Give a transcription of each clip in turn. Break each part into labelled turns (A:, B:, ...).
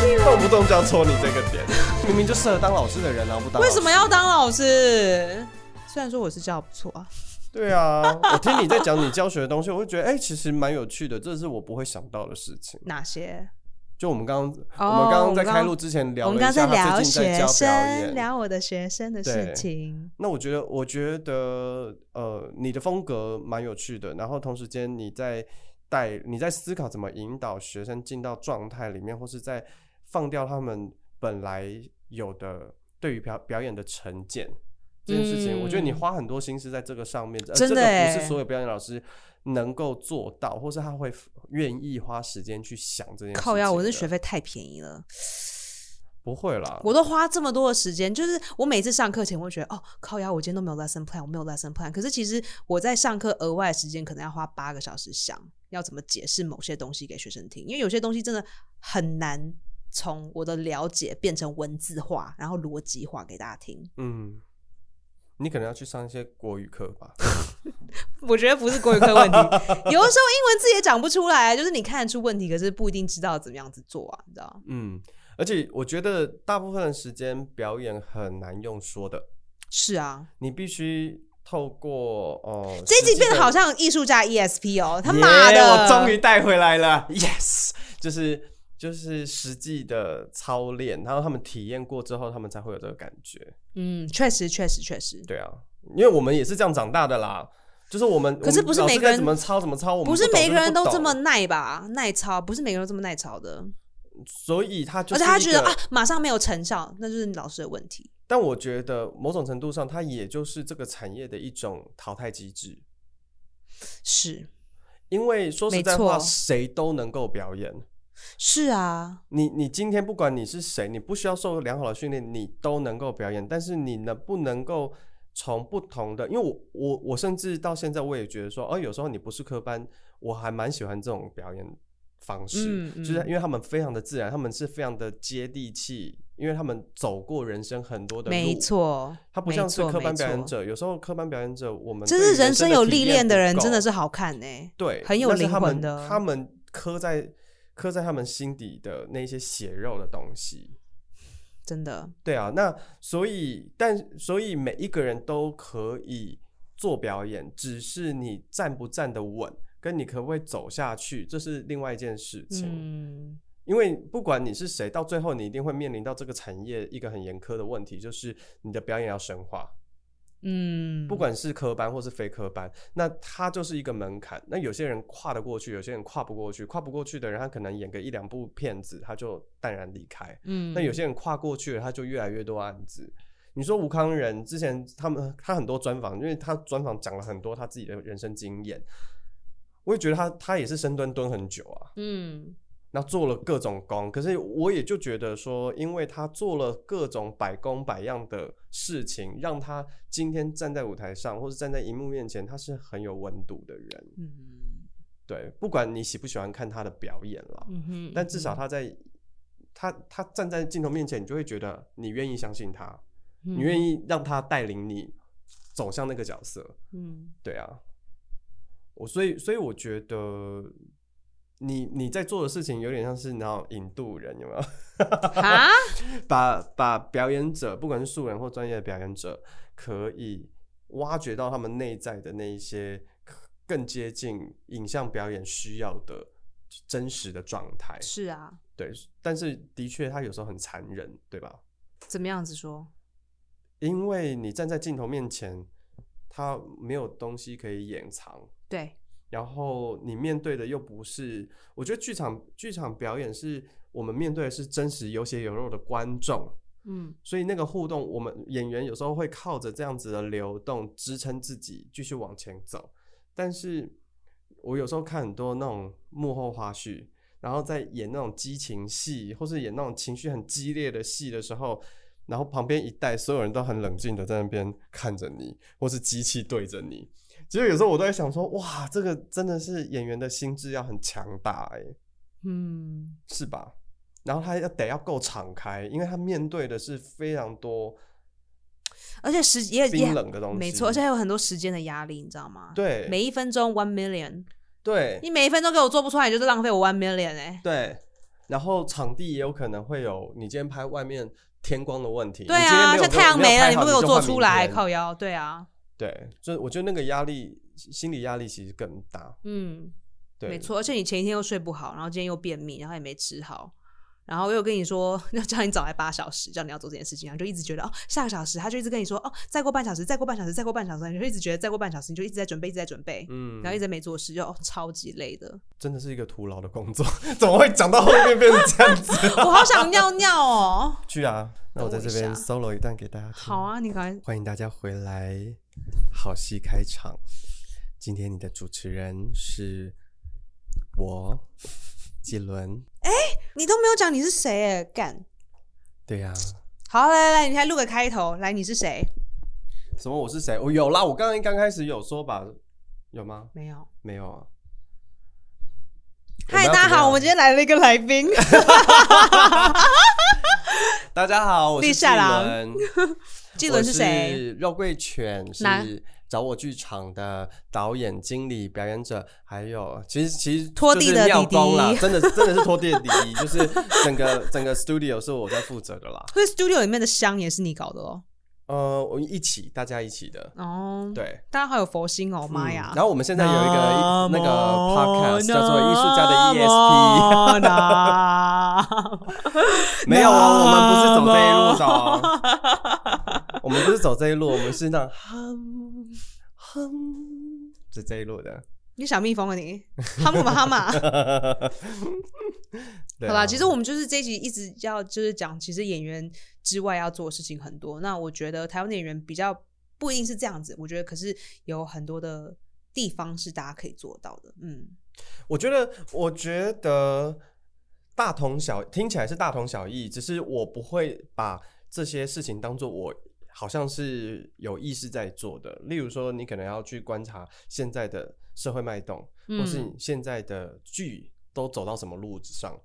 A: 就要戳你这个点，明明就适合当老师的人，然啊后不当。
B: 为什么？要当老师？虽然说我是教得不错啊，
A: 对啊，我听你在讲你教学的东西，我就觉得哎、其实蛮有趣的，这是我不会想到的事情。
B: 哪些？
A: 就我们刚刚、
B: 哦
A: 我们刚刚在
B: 我们刚
A: 开录之前聊
B: 哦我
A: 了
B: 们
A: 一
B: 刚刚
A: 下他
B: 聊
A: 最近在
B: 学
A: 教表
B: 生，
A: 演。
B: 聊我的学生的事
A: 对
B: 情。
A: 那我觉得，我觉得呃，你的风格蛮有趣的，然后同时间你在带你在思考怎么引导学生进到状态里面，或是在放掉他们本来有的对于表表演的成见这件事情，我觉得你
B: 嗯
A: 花很多心思在这个上面，呃
B: 真
A: 这
B: 的
A: 个不
B: 欸
A: 是所有表演老师能够做到，或是他会愿意花时间去想这件事情的。
B: 靠呀，我这学费太便宜了，
A: 不会啦，
B: 我都花这么多的时间，就是我每次上课前我会觉得哦，靠呀，我今天都没有 lesson plan，我没有 lesson plan。可是其实我在上课额外的时间可能要花八个小时想要怎么解释某些东西给学生听，因为有些东西真的很难从我的了解变成文字化，然后逻辑化给大家听。
A: 嗯，你可能要去上一些国语课吧。
B: 我觉得不是国语课问题，有的时候英文字也讲不出来，就是你看得出问题，可是不一定知道怎么样子做啊，你知道？
A: 嗯，而且我觉得大部分的时间表演很难用说的，
B: 是啊，
A: 你必须透过哦、呃，
B: 这一
A: 实
B: 集
A: 际
B: 变得
A: 的
B: 好像艺术家 ESP 哦，他妈的
A: 耶我终于带回来了，yes，就是 就是实际的操练，然后他们体验过之后，他们才会有这个感觉。
B: 嗯，确实，确实，确实，
A: 对啊，因为我们也是这样长大的啦，就是我们
B: 可是
A: 我们
B: 不是
A: 老师
B: 每个人
A: 在怎么操怎么操，我们
B: 不是
A: 懂
B: 每个
A: 就是
B: 人
A: 不
B: 都这
A: 懂
B: 么，耐吧？耐操，不是每个人都这么耐操的，
A: 所以他就
B: 而
A: 是
B: 且他
A: 一
B: 觉得
A: 个
B: 啊，马上没有成效，那就是老师的问题。
A: 但我觉得某种程度上，它也就是这个产业的一种淘汰机制。
B: 是，
A: 因为说实在
B: 没
A: 话，
B: 错
A: 谁都能够表演。
B: 是啊，
A: 你你今天不管你是谁，你不需要受良好的训练，你都能够表演。但是你能不能够从不同的，因为我我我甚至到现在我也觉得说，哦，有时候你不是科班，我还蛮喜欢这种表演方式，
B: 嗯
A: 就是
B: 嗯
A: 因为他们非常的自然，他们是非常的接地气，因为他们走过人生很多的路，
B: 没错，
A: 他不像
B: 没
A: 是
B: 错
A: 科班
B: 没
A: 表演
B: 错
A: 者，有时候科班表演者，我们
B: 就
A: 对
B: 是人生
A: 生
B: 有
A: 体
B: 历练的
A: 不
B: 人，
A: 够
B: 真的是好看欸呢、
A: 对，
B: 很有
A: 那是
B: 灵
A: 他
B: 魂
A: 们
B: 的
A: 他们刻在刻在他们心底的那些血肉的东西。
B: 真的。
A: 对啊，那所以但所以每一个人都可以做表演，只是你站不站得稳，跟你可不可以走下去，这是另外一件事情。
B: 嗯，
A: 因为不管你是谁，到最后你一定会面临到这个产业一个很严苛的问题，就是你的表演要深化。
B: 嗯，
A: 不管是科班或是非科班，那它就是一个门槛。那有些人跨得过去，有些人跨不过去。跨不过去的人，他可能演个一两部片子，他就淡然离开。
B: 嗯，
A: 那有些人跨过去了，他就越来越多案子。你说吴康仁之前他们他很多专访，因为他专访讲了很多他自己的人生经验，我也觉得他他也是深蹲蹲很久啊，
B: 嗯
A: 那做了各种工，可是我也就觉得说，因为他做了各种百工百样的事情，让他今天站在舞台上或是站在荧幕面前，他是很有温度的人。
B: 嗯
A: 对，不管你喜不喜欢看他的表演啦，
B: 嗯哼，
A: 但至少
B: 嗯
A: 他在他他站在镜头面前，你就会觉得你愿意相信他，
B: 嗯哼
A: 你愿意让他带领你走向那个角色。
B: 嗯
A: 对啊，我所以所以我觉得你你在做的事情有点像是那种引渡人，有没有？
B: 啊，
A: 把把表演者，不管是素人或专业的表演者，可以挖掘到他们内在的那一些可更接近影像表演需要的真实的状态。
B: 是啊，
A: 对，但是的确他有时候很残忍，对吧？
B: 怎么样子说？
A: 因为你站在镜头面前，他没有东西可以掩藏。
B: 对，
A: 然后你面对的又不是，我觉得剧场剧场表演是我们面对的是真实有血有肉的观众，
B: 嗯
A: 所以那个互动，我们演员有时候会靠着这样子的流动支撑自己继续往前走。但是我有时候看很多那种幕后花絮，然后在演那种激情戏或是演那种情绪很激烈的戏的时候。然后旁边一带，所有人都很冷静的在那边看着你，或是机器对着你。其实有时候我都在想说，哇，这个真的是演员的心智要很强大哎、
B: 嗯。
A: 是吧？然后他要得要够敞开，因为他面对的是非常多
B: 而且时也也
A: 冰冷的东西，
B: 没错，而且还有很多时间的压力，你知道吗？，
A: 对，
B: 每一分钟 one million，
A: 对
B: 你每一分钟给我做不出来，你就是浪费我 one million 哎、
A: 对，然后场地也有可能会有你今天拍外面天光的问题，
B: 对
A: 你今天
B: 啊，
A: 没有
B: 像太阳没了，
A: 没有
B: 你
A: 拍好
B: 不给我
A: 就
B: 做
A: 换
B: 出
A: 明
B: 来，
A: 天
B: 靠腰，对啊，
A: 对，就是我觉得那个压力，心理压力其实更大。
B: 嗯，
A: 对，
B: 没错，而且你前一天又睡不好，然后今天又便秘，然后也没吃好，然后又跟你说 要叫你早来八小时，叫你要做这件事情，然后就一直觉得哦下个小时，他就一直跟你说哦再过半小时，再过半小时，再过半小时，你就一直觉得再过半小时，你就一直在准备，一直在准备，
A: 嗯，
B: 然后一直没做事，就、哦、超级累 的，
A: 真的是一个徒劳的工作， 怎么会讲到后面变成这样子？
B: 我好想尿尿哦。
A: 去啊，那我在这
B: 等我
A: 边
B: 一
A: solo 一段给大家听。
B: 好，啊，你赶快
A: 欢迎大家回来，好戏开场。今天你的主持人是我，杰伦。
B: 你都没有讲你是谁哎，干！
A: 对啊呀、
B: 好，来来来，你还录个开头，来你是谁？
A: 什么？我是谁？我哦有啦，我刚刚刚开始有说吧？有吗？
B: 没有。
A: 没有啊。
B: 嗨，大家好，我们今
A: 天
B: 天来了一个 来宾，
A: 大家好，我是
B: 立夏
A: 季
B: 郎
A: 伦。
B: 季伦是
A: 我
B: 谁？
A: 是肉桂犬，
B: 哪
A: 是找我剧场的导演、经理、表演者，还有其实其实
B: 拖地的
A: 就是妙工啦
B: 弟弟
A: 真的是真的是拖地的弟 弟，就是整个整个 studio 是我在负责的啦。
B: 所以 studio 里面的香也是你搞的哦。
A: 呃，我们一起大家一起的，
B: 哦，
A: 对。
B: 大家好有佛心哦，妈呀！
A: 嗯然后我们现在有一个那个 podcast 叫做《艺术家的 E ESP》，
B: ESP。
A: 没有哦，我们不是走这一路的哦， 我们不是走这一路，我们是那种哼哼，是这一路的。
B: 你小蜜蜂啊你，哈姆吧哈嘛。
A: 对
B: 好
A: 啊
B: 啦，其实我们就是这一集一直要就是讲，其实演员之外要做的事情很多。那我觉得台湾的演员比较不一定是这样子，我觉得可是有很多的地方是大家可以做到的。嗯，
A: 我觉得，我觉得大同小听起来是大同小异，只是我不会把这些事情当做我好像是有意识在做的。例如说，你可能要去观察现在的社会脉动，
B: 嗯
A: 或是你现在的剧都走到什么路子上。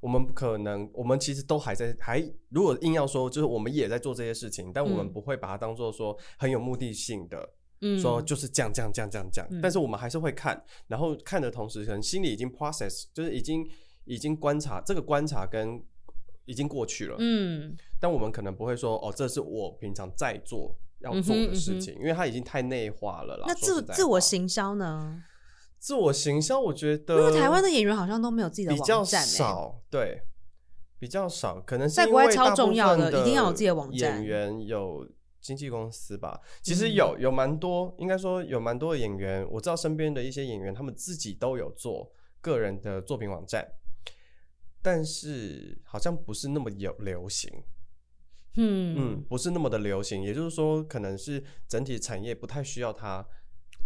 A: 我们可能，我们其实都还在，还如果硬要说，就是我们也在做这些事情，但我们
B: 嗯
A: 不会把它当做说很有目的性的，
B: 嗯
A: 说就是这样这样这样这样这样，
B: 嗯
A: 但是我们还是会看，然后看的同时，可能心里已经 process，就是已经已经观察这个观察跟已经过去了，
B: 嗯
A: 但我们可能不会说哦，这是我平常在做要
B: 嗯哼
A: 做
B: 嗯哼
A: 的事情，因为它已经太内化了啦。
B: 那
A: 说
B: 自
A: 实在话
B: 自我行销呢？
A: 自我形象，我觉得
B: 因为台湾的演员好像都没有自己的
A: 呃比
B: 网站、欸，
A: 较少，对，比较少，可能是
B: 在
A: 因
B: 国外
A: 为
B: 超
A: 大部
B: 重要
A: 分
B: 的一定要有自己的网站
A: 演员有经纪公司吧？其实
B: 嗯
A: 有有蛮多，应该说有蛮多的演员，我知道身边的一些演员，他们自己都有做个人的作品网站，但是好像不是那么有流行，
B: 嗯
A: 嗯，不是那么的流行，也就是说，可能是整体产业不太需要它，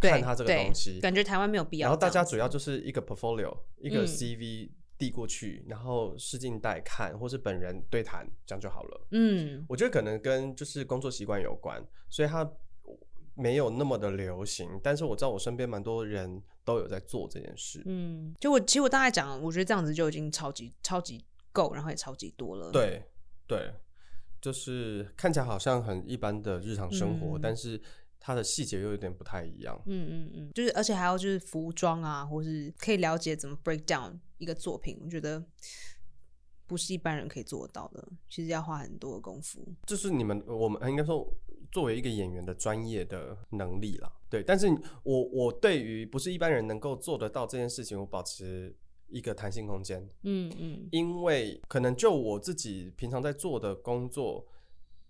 B: 对
A: 看它这个
B: 对
A: 东西，
B: 感觉台湾没有必要
A: 然后大
B: 这样
A: 家
B: 子
A: 主要就是一个 portfolio，一
B: 嗯
A: 个 CV 递过去，然后试镜带看，或是本人对谈，这样就好了。
B: 嗯
A: 我觉得可能跟就是工作习惯有关，所以它没有那么的流行。但是我知道我身边蛮多人都有在做这件事。
B: 嗯，就我其实我大概讲，我觉得这样子就已经超级超级够，然后也超级多了。，
A: 对对，就是看起来好像很一般的日常生活，
B: 嗯
A: 但是它的细节又有点不太一样。
B: 嗯嗯嗯，就是而且还要就是服装啊，或是可以了解怎么 break down 一个作品，我觉得不是一般人可以做得到的，其实要花很多的功夫。
A: 就是你们，我们应该说，作为一个演员的专业的能力啦，对。但是我我对于不是一般人能够做得到这件事情，我保持一个弹性空间，
B: 嗯嗯
A: 因为可能就我自己平常在做的工作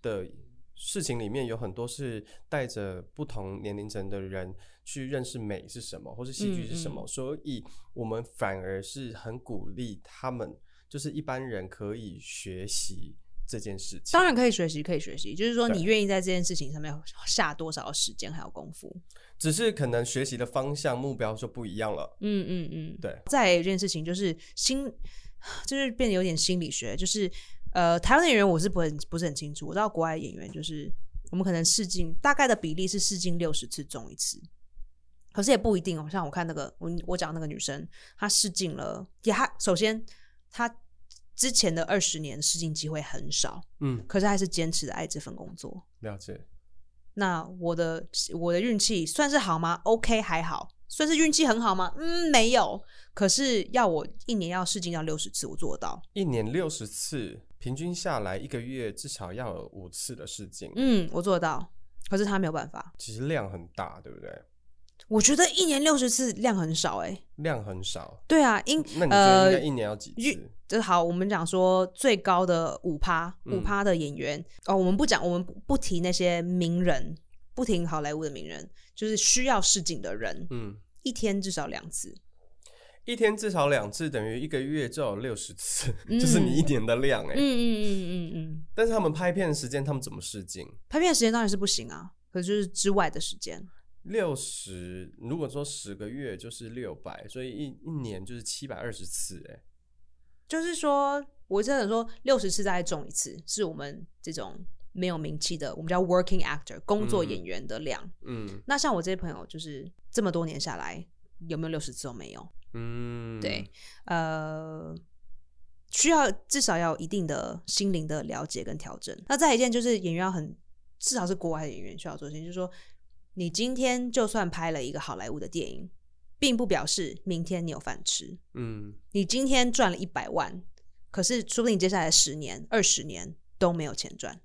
A: 的事情里面，有很多是带着不同年龄层的人去认识美是什么，或是戏剧是什么，
B: 嗯嗯
A: 所以我们反而是很鼓励他们，就是一般人可以学习这件事情。
B: 当然可以学习，可以学习，就是说
A: 对
B: 你愿意在这件事情上面下多少的时间还有功夫。
A: 只是可能学习的方向目标就不一样了。
B: 嗯嗯嗯，
A: 对。
B: 再来一件事情就是心， 就是变得有点心理学，就是呃，台湾的演员我是不很不是很清楚，我知道国外的演员就是我们可能试镜大概的比例是试镜六十次中一次，可是也不一定哦。像我看那个我我讲那个女生，她试镜了，也她首先她之前的二十年试镜机会很少，
A: 嗯，
B: 可是她还是坚持的爱这份工作。
A: 了解。
B: 那我的我的运气算是好吗？OK，还好。算是运气很好吗？嗯，没有。可是要我一年要试镜到六十次，我做得到。
A: 一年六十次，平均下来一个月至少要有五次的试镜，
B: 嗯，我做得到。可是他没有办法。
A: 其实量很大，对不对？
B: 我觉得一年六十次量很少哎、
A: 量很少。
B: 对啊，因
A: 那你觉得应该
B: 呃，
A: 一年要几
B: 日
A: 次？
B: 就是好，我们讲说最高的五趴五
A: 嗯
B: 趴的演员、哦，我们不讲，我们不不提那些名人，不提好莱坞的名人，就是需要试镜的人，
A: 嗯，
B: 一天至少两次。
A: 一天至少两次，等于一个月至少六十次，
B: 嗯
A: 就是你一年的量哎、
B: 嗯嗯嗯嗯嗯嗯，
A: 但是他们拍片的时间，他们怎么试镜？
B: 拍片的时间当然是不行啊，可是就是之外的时间。
A: 六十，如果说十个月就是六百，所以一一年就是七百二十次、欸，
B: 就是说，我真的说六十次大概中一次，是我们这种没有名气的，我们叫 working actor 工作演员的量。
A: 嗯
B: 那像我这些朋友，就是这么多年下来，有没有六十次都没有？
A: 嗯，
B: 对，呃，需要至少要有一定的心灵的了解跟调整。那再一件就是演员要很，至少是国外的演员需要做的事情，就是说，你今天就算拍了一个好莱坞的电影，并不表示明天你有饭吃。
A: 嗯，
B: 你今天赚了一百万，可是说不定你接下来十年、二十年都没有钱赚，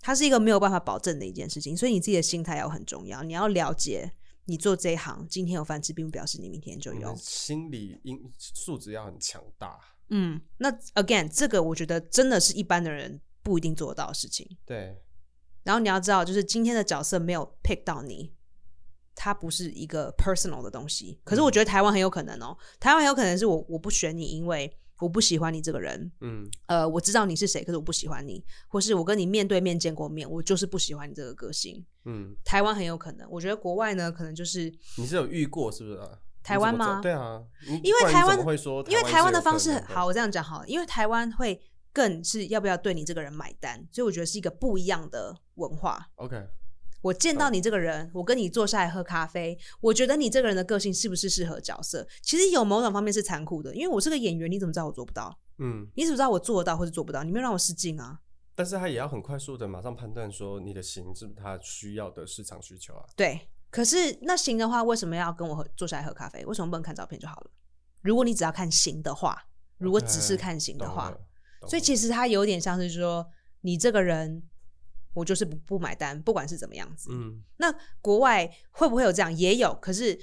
B: 它是一个没有办法保证的一件事情，所以你自己的心态要很重要，你要了解。你做这一行，今天有饭吃，并不表示你明天就
A: 你
B: 有
A: 的。心理因素质要很强大，
B: 嗯，那 again，这个我觉得真的是一般的人不一定做得到的事情。
A: 对，
B: 然后你要知道，就是今天的角色没有 pick 到你，它不是一个 personal 的东西。可是我觉得台湾很有可能哦，台湾很有可能是我我不选你，因为我不喜欢你这个人，
A: 嗯
B: 呃，我知道你是谁，可是我不喜欢你，或是我跟你面对面见过面，我就是不喜欢你这个个性。
A: 嗯，
B: 台湾很有可能，我觉得国外呢，可能就是
A: 你是有遇过是不是啊？你
B: 台
A: 怎
B: 湾
A: 么知道
B: 吗
A: 对啊，
B: 因
A: 因
B: 为台湾
A: 会说，
B: 因为台湾的方式
A: 很
B: 很好，，我这样讲好了，因为台湾会更是要不要对你这个人买单，所以我觉得是一个不一样的文化。
A: OK，
B: 我见到你这个人，我跟你坐下来喝咖啡，我觉得你这个人的个性是不是适合角色？其实有某种方面是残酷的，因为我是个演员，你怎么知道我做不到？
A: 嗯，
B: 你怎么知道我做得到或是做不到？你没有让我试镜啊？
A: 但是他也要很快速的马上判断说你的型是不是他需要的市场需求啊，
B: 对，可是那行的话，为什么要跟我喝坐下来喝咖啡？为什么不能看照片就好了？如果你只要看行的话，如果只是
A: OK，
B: 看行的
A: 懂
B: 话
A: 了，懂
B: 所以
A: 了
B: 其实他有点像是说，你这个人，我就是不不买单，不管是怎么样子。
A: 嗯
B: 那国外会不会有这样？也有，可是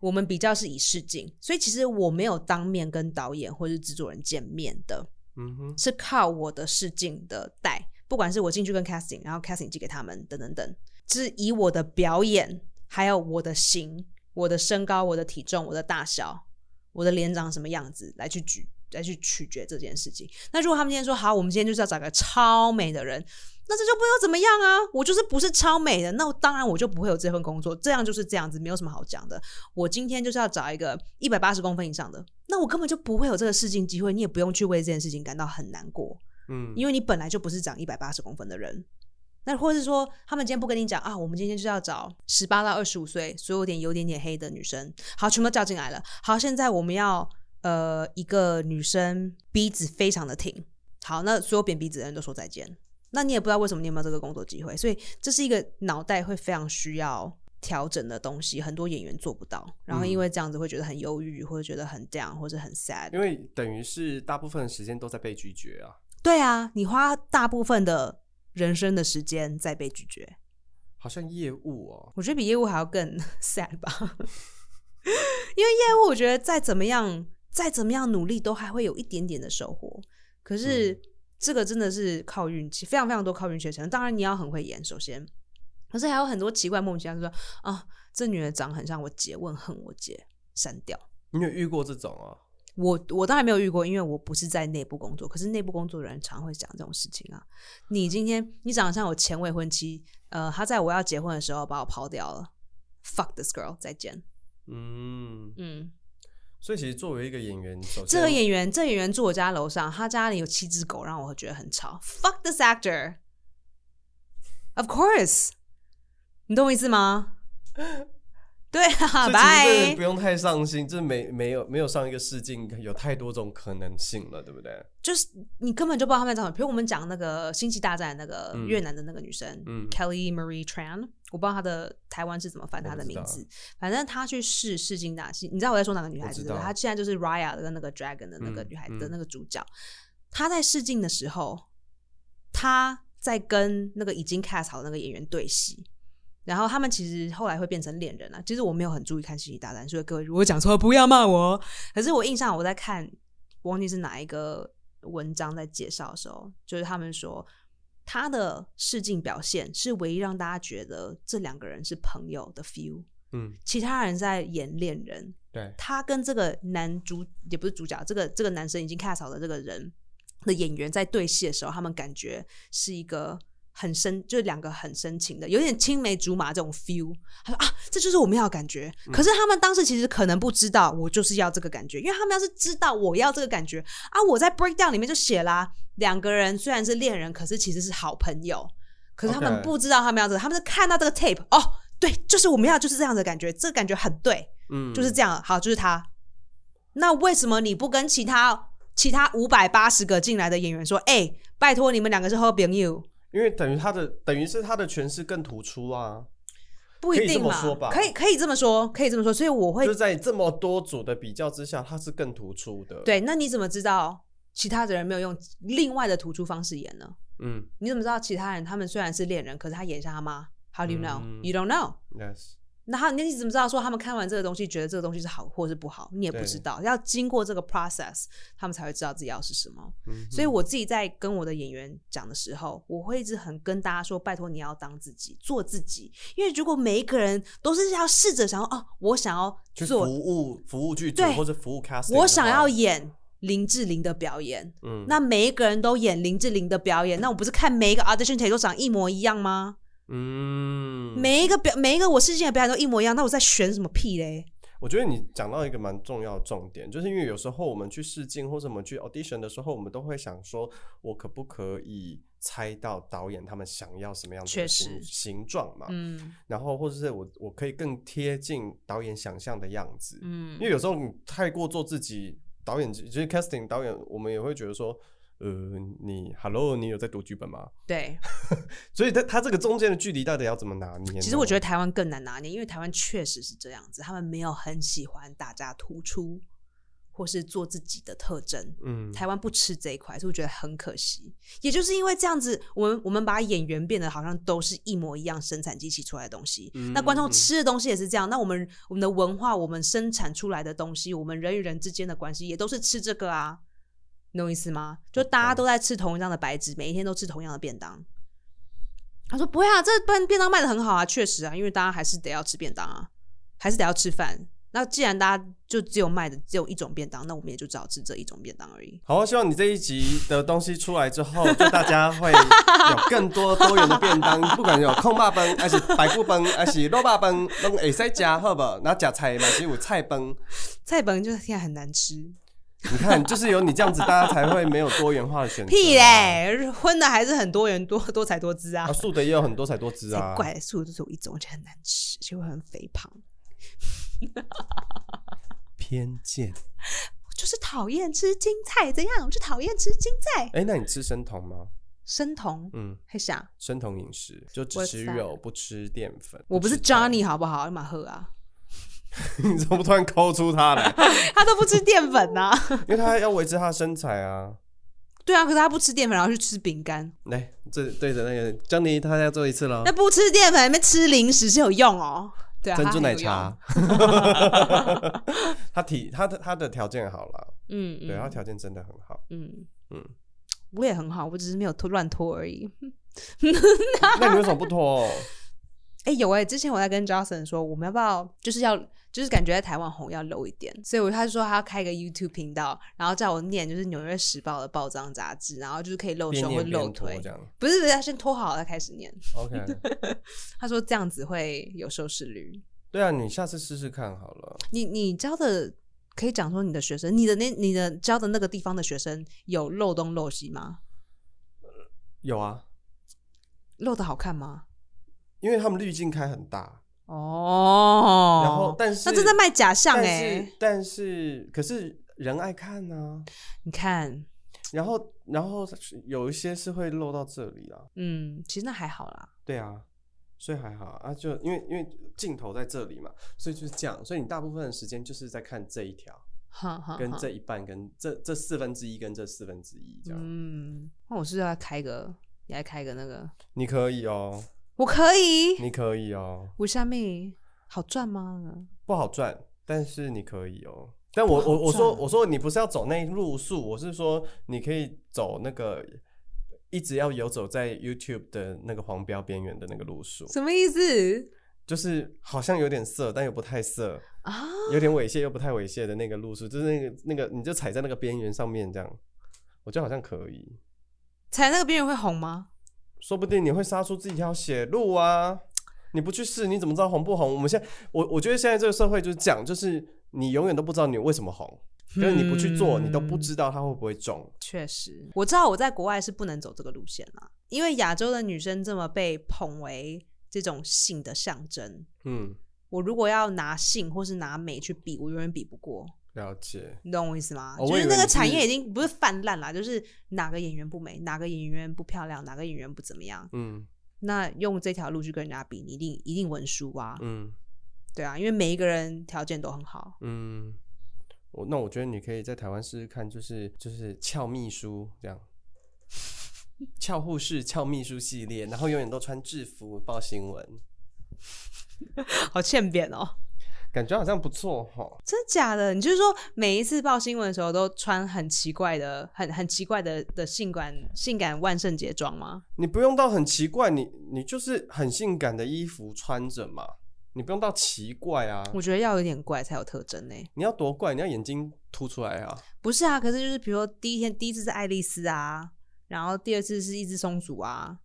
B: 我们比较是以试镜，所以其实我没有当面跟导演或是制作人见面的，
A: 嗯哼
B: 是靠我的试镜的带，不管是我进去跟 casting，然后 casting 寄给他们等等等，是以我的表演，还有我的型、我的身高、我的体重、我的大小、我的脸长什么样子来去举来去取决这件事情。那如果他们今天说好，我们今天就是要找个超美的人。那这就不会有怎么样啊！我就是不是超美的，那我当然我就不会有这份工作。这样就是这样子，没有什么好讲的。我今天就是要找一个一百八十公分以上的，那我根本就不会有这个试镜机会，你也不用去为这件事情感到很难过，
A: 嗯，
B: 因为你本来就不是长一百八十公分的人。那或者是说，他们今天不跟你讲啊，我们今天就是要找十八到二十五岁，所有点有点点黑的女生，好，全部都叫进来了。好，现在我们要呃一个女生鼻子非常的挺，好，那所有扁鼻子的人都说再见。那你也不知道为什么你有没有这个工作机会，所以这是一个脑袋会非常需要调整的东西，很多演员做不到，然后因为这样子会觉得很忧郁，或者觉得很 down，或者很 sad。
A: 因为等于是大部分的时间都在被拒绝啊，
B: 对啊，你花大部分的人生的时间在被拒绝，
A: 好像业务哦，
B: 我觉得比业务还要更 sad 吧。因为业务，我觉得再怎么样，再怎么样努力，都还会有一点点的收获。可是
A: 嗯
B: 这个真的是靠运气，非常非常多靠运气的成分。当然你要很会演，首先，可是还有很多奇怪莫名其妙，就说啊，这女的长得很像我姐，我很恨我姐，删掉。
A: 你有遇过这种啊？
B: 我我当然没有遇过，因为我不是在内部工作。可是内部工作的人常会讲这种事情啊。你今天你长得像我前未婚妻，呃，她在我要结婚的时候把我抛掉了，fuck this girl，再见。
A: 嗯，
B: 嗯，
A: 所以其实作为一个演员，首先
B: 这个演员，这个演员住我家楼上，他家里有七只狗，让我觉得很吵。fuck this actor。Of course，你懂我意思吗？对
A: 所
B: 啊，
A: 以其实真
B: 拜
A: 的不。用太上心，这没没有没有上一个试镜，有太多种可能性了，对不对？
B: 就是你根本就不知道他们在讲什么。比如我们讲那个《星际大战》那个
A: 嗯
B: 越南的那个女生、
A: 嗯
B: Kelly Marie Tran，我不知道她的台湾是怎么翻她的名
A: 我不
B: 字，反正她去试试镜大戏，你知道我在说哪个女孩子
A: 我知
B: 对
A: 道
B: 不对？她现在就是 Raya 跟那个 Dragon 的那个
A: 嗯
B: 女孩
A: 嗯
B: 子的那个主角，她在试镜的时候，她在跟那个已经 cast 好的那个演员对戏。然后他们其实后来会变成恋人啊。其实我没有很注意看《星际大战》，所以各位如果讲错了不要骂我哦。可是我印象我在看，我忘记是哪一个文章在介绍的时候，就是他们说他的试镜表现是唯一让大家觉得这两个人是朋友的 feel，
A: 嗯，
B: 其他人在演恋人。
A: 对，
B: 他跟这个男主也不是主角，这个这个男生已经 cast 好的这个人的演员在对戏的时候，他们感觉是一个。很深，就是两个很深情的，有点青梅竹马这种 feel。他说啊，这就是我们要的感觉。可是他们当时其实可能不知道，我就是要这个感觉，因为他们要是知道我要这个感觉啊，我在 breakdown 里面就写啦、两个人虽然是恋人，可是其实是好朋友。可是他们
A: OK
B: 不知道他们要这个，他们是看到这个 tape 哦，对，就是我们要就是这样的感觉，这个感觉很对。
A: 嗯，
B: 就是这样。好，就是他。那为什么你不跟其他其他五百八十个进来的演员说，哎、拜托你们两个是好朋友？
A: 因为等于他的等于是他的诠释更突出啊，
B: 不一定
A: 可
B: 嘛
A: 以这么说吧，
B: 可以可以这么说，可以这么说。所以我会
A: 就是在这么多组的比较之下，他是更突出的。，
B: 对。那你怎么知道其他的人没有用另外的突出方式演呢？
A: 嗯
B: 你怎么知道其他人他们虽然是恋人，可是他演像他妈？How do you know?、
A: 嗯
B: You don't know.
A: ，yes，
B: 那他，那你怎么知道说他们看完这个东西，觉得这个东西是好或是不好？你也不
A: 对
B: 知道，要经过这个 process，他们才会知道自己要是什么。
A: 嗯哼
B: 所以我自己在跟我的演员讲的时候，我会一直很跟大家说，拜托你要当自己，做自己。因为如果每一个人都是要试着想要哦，我想要
A: 去服
B: 做，
A: 务服务剧组
B: 对
A: 或者服务 casting，
B: 我
A: 的
B: 想
A: 话
B: 要演林志玲的表演，
A: 嗯
B: 那每一个人都演林志玲的表演，那我不是看每一个 audition tape 都长一模一样吗？
A: 嗯，
B: 每一个表，每一个我试镜的表演都一模一样，那我在选什么屁嘞？
A: 我觉得你讲到一个蛮重要的重点，就是因为有时候我们去试镜或者我们去 audition 的时候，我们都会想说，我可不可以猜到导演他们想要什么样子
B: 确
A: 的
B: 实
A: 形形状嘛？
B: 嗯
A: 然后或者是我我可以更贴近导演想象的样子，
B: 嗯
A: 因为有时候你太过做自己，导演就是 casting 导演，我们也会觉得说，呃，你 hello，你有在读剧本吗？
B: 对。
A: 所以他他这个中间的距离到底要怎么拿捏呢？
B: 其实我觉得台湾更难拿捏，因为台湾确实是这样子，他们没有很喜欢大家突出或是做自己的特征。
A: 嗯，
B: 台湾不吃这一块，所以我觉得很可惜。也就是因为这样子，我们我们把演员变得好像都是一模一样生产机器出来的东西，
A: 嗯
B: 那观众吃的东西也是这样。那我们我们的文化，我们生产出来的东西，我们人与人之间的关系也都是吃这个啊，你懂我意思吗？就大家
A: 哦
B: 都在吃同一张的白纸，每一天都吃同样的便当。他说不会啊，这便便当卖的很好啊，确实啊，因为大家还是得要吃便当啊，还是得要吃饭。那既然大家就只有卖的只有一种便当，那我们也就只好吃这一种便当而已。
A: 好啊，希望你这一集的东西出来之后，就大家会有更多多元的便当，不管有空霸崩，还是排骨崩，还是肉霸崩，都会使吃，好不好？然后吃菜嘛，是有菜崩。
B: 菜本就是现在很难吃，
A: 你看，就是有你这样子，大家才会没有多元化的选择、
B: 屁！嘞，荤的还是很多元多多才多姿啊
A: 啊，，素的也有很多彩多姿啊
B: 才。怪，素的都只有一种，而且很难吃，就会很肥胖，
A: 偏见。
B: 我就是讨厌吃青菜，怎样？我就讨厌吃青菜，
A: 哎、那你吃生酮吗？
B: 生酮
A: 嗯，
B: 还想，
A: 生酮饮食就只吃
B: What's that？
A: 肉，不吃淀粉。
B: 我不是
A: 吃菜
B: Johnny 好不好？立马喝啊，
A: 你怎么突然抠出他来？
B: 他都不吃淀粉呐、
A: 因为他要维持他的身材啊。
B: 对啊，可是他不吃淀粉，然后去吃饼干，
A: 来，这对着那个江妮，他要做一次喽
B: 那。不吃淀粉，那边吃零食是有用哦。对啊，
A: 珍珠
B: 它很
A: 奶
B: 有
A: 茶，他体他的他的条件好了，
B: 用，嗯，。
A: 对，他条件真的很好
B: 嗯嗯
A: 嗯，
B: 我也很好，我只是没有拖乱拖而已。
A: 那你为什么不 脱？
B: 哎、有哎、之前我在跟 Johnson 说，我们要不要就是要就是感觉在台湾红要 low 一点，所以我他就说他要开一个 YouTube 频道，然后叫我念就是《纽约时报》的报章杂志，然后就是可以露
A: 边
B: 胸或
A: 念
B: 露
A: 边脱
B: 腿
A: 这。样
B: 不是不是，他先脱好再开始念。
A: ？OK，
B: 他说这样子会有收视率。
A: 对啊，你下次试试看好了。
B: 你你教的可以讲说你的学生，你的那你的教的那个地方的学生有露东露西吗？
A: 有啊，
B: 露的好看吗？
A: 因为他们滤镜开很大，
B: 哦，
A: 然后但是
B: 那真在卖假象哎、
A: 但是但是可是人爱看呢、
B: 你看，
A: 然后然后有一些是会漏到这里啊，
B: 嗯，其实那还好啦，
A: 对啊，所以还好啊，就因为因为镜头在这里嘛，所以就是这样，所以你大部分的时间就是在看这一条。
B: 哈哈，
A: 跟
B: 哈
A: 这一半跟这这四分之一跟这四分之一这样，
B: 嗯，那我是不是要开个，你来开个那个，
A: 你可以哦，
B: 我可以，
A: 你可以哦，
B: 我下面好赚吗？
A: 不好赚，但是你可以哦。但我我我
B: 不好
A: 说
B: 赚
A: 我说你不是要走那路数，我是说你可以走那个一直要游走在 YouTube 的那个黄标边缘的那个路数，
B: 什么意思
A: 就是好像有点色，但又不太色，
B: 啊？
A: 有点猥亵又不太猥亵的那个路数，就是那个那个你就踩在那个边缘上面这样，我觉得好像可以，
B: 踩那个边缘会红吗？
A: 说不定你会杀出自己一条血路啊！你不去试，你怎么知道红不红？我们现在，我我觉得现在这个社会就是讲，就是你永远都不知道你为什么红，可是你不去做，
B: 嗯
A: 你都不知道它会不会中。
B: 确实，我知道我在国外是不能走这个路线啦，因为亚洲的女生这么被捧为这种性的象征，
A: 嗯，
B: 我如果要拿性或是拿美去比，我永远比不过，
A: 了解。
B: 你懂我意思吗？
A: 哦
B: 就
A: 我以
B: 是
A: 为
B: 那个
A: 你是
B: 产业已经不是泛滥啦，就是哪个演员不美，哪个演员不漂亮，哪个演员不怎么样，
A: 嗯
B: 那用这条路去跟人家比，你一定一定文书啊，
A: 嗯
B: 对啊，因为每一个人条件都很好，
A: 嗯，我那我觉得你可以在台湾试试看，就是就是俏秘书这样，俏护士、俏秘书系列，然后永远都穿制服报新闻，
B: 好欠扁哦。
A: 感觉好像不错哈。
B: 真的假的？你就是说每一次报新闻的时候都穿很奇怪的、很很奇怪的的性感性感万圣节装吗？
A: 你不用到很奇怪，你你就是很性感的衣服穿着嘛，你不用到奇怪啊。
B: 我觉得要有点怪才有特征呢、
A: 你要多怪，你要眼睛凸出来啊。
B: 不是啊，可是就是比如说第一天第一次是爱丽丝啊，然后第二次是一只松鼠啊，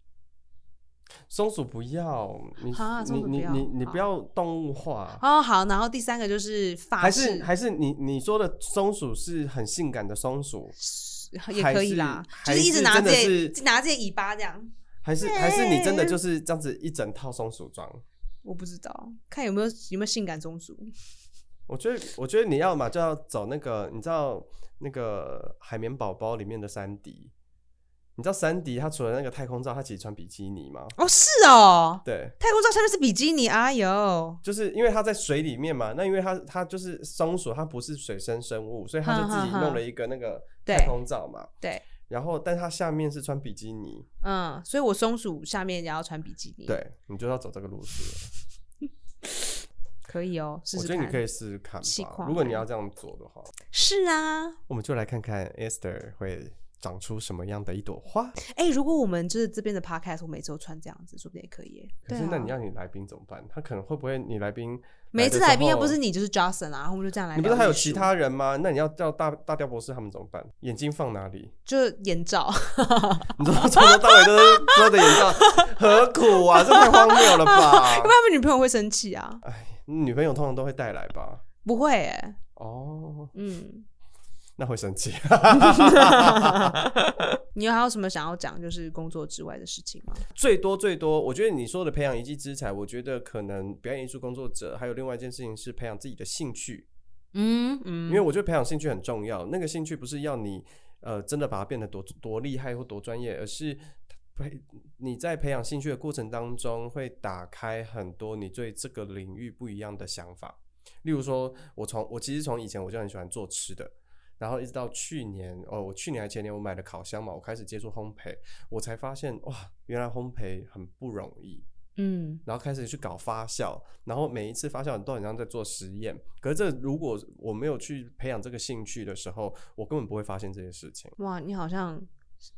A: 松鼠不要，你
B: 啊松
A: 你
B: 鼠
A: 你
B: 不要
A: 你你
B: 好
A: 不要动物化，
B: 哦好，然后第三个就是法
A: 还是
B: 式，
A: 还是你你说的松鼠是很性感的松鼠，
B: 也可以啦，就
A: 还
B: 是
A: 是
B: 一直拿
A: 还
B: 自
A: 是真的
B: 己
A: 是
B: 拿自己尾巴这样，
A: 还是还是你真的就是这样子一整套松鼠装？
B: 我不知道看有没有有没有性感松鼠，
A: 我觉得我觉得你要嘛就要走那个，你知道那个海绵宝宝里面的山迪，你知道山迪他除了那个太空罩，他其实穿比基尼吗？
B: 哦是哦，
A: 对，
B: 太空罩下面是比基尼，哎呦。
A: 就是因为它在水里面嘛，那因为它它就是松鼠，它不是水生生物，所以它就自己
B: 哼哼哼
A: 弄了一个那个
B: 嗯对
A: 太空罩嘛。
B: 对。
A: 然后，但它下面是穿比基尼，
B: 嗯，所以我松鼠下面也要穿比基尼，，
A: 对你就要走这个路数了。
B: 可以哦，试
A: 我
B: 试
A: 觉
B: 看。
A: 得你可以试试看
B: 气
A: 吧，
B: 垮
A: 如果你
B: 了
A: 要这样做的话，
B: 是啊，
A: 我们就来看看 Esther 会长出什么样的一朵花。
B: 哎、如果我们就是这边的 podcast，我每周穿这样子，说不定也可以耶。
A: 可
B: 对
A: 是
B: 啊，
A: 那你要你来宾怎么办？他可能会不会你来宾
B: 每
A: 来的
B: 次
A: 时
B: 来宾
A: 候
B: 要不是，你就是 Johnson 啊，然后我们就这样来聊艺
A: 你
B: 术。
A: 不是还有其他人吗？那你要叫大大雕博士他们怎么办？眼睛放哪里？
B: 就是眼罩？
A: 你知道从头到尾都是遮着眼罩， 何苦啊？这太荒谬了吧
B: 要不！ 然他们女朋友会生气啊？
A: 女朋友通常都会带来吧？
B: 不会哎，
A: 哦，
B: 嗯，
A: 那会生气。啊
B: 你有还有什么想要讲就是工作之外的事情吗？
A: 最多最多，我觉得你说的培养一技之才，我觉得可能表演艺术工作者还有另外一件事情是培养自己的兴趣。
B: 嗯嗯，
A: 因为我觉得培养兴趣很重要，那个兴趣不是要你呃真的把它变得多多厉害或多专业，而是培你在培养兴趣的过程当中，会打开很多你对这个领域不一样的想法。例如说，我从我其实从以前我就很喜欢做吃的，然后一直到去年哦，我去年还前年我买了烤箱嘛，我开始接触烘焙，我才发现哇，原来烘焙很不容易。
B: 嗯
A: 然后开始去搞发酵，然后每一次发酵你都很像在做实验。可是这如果我没有去培养这个兴趣的时候，我根本不会发现这些事情。
B: 哇，你好像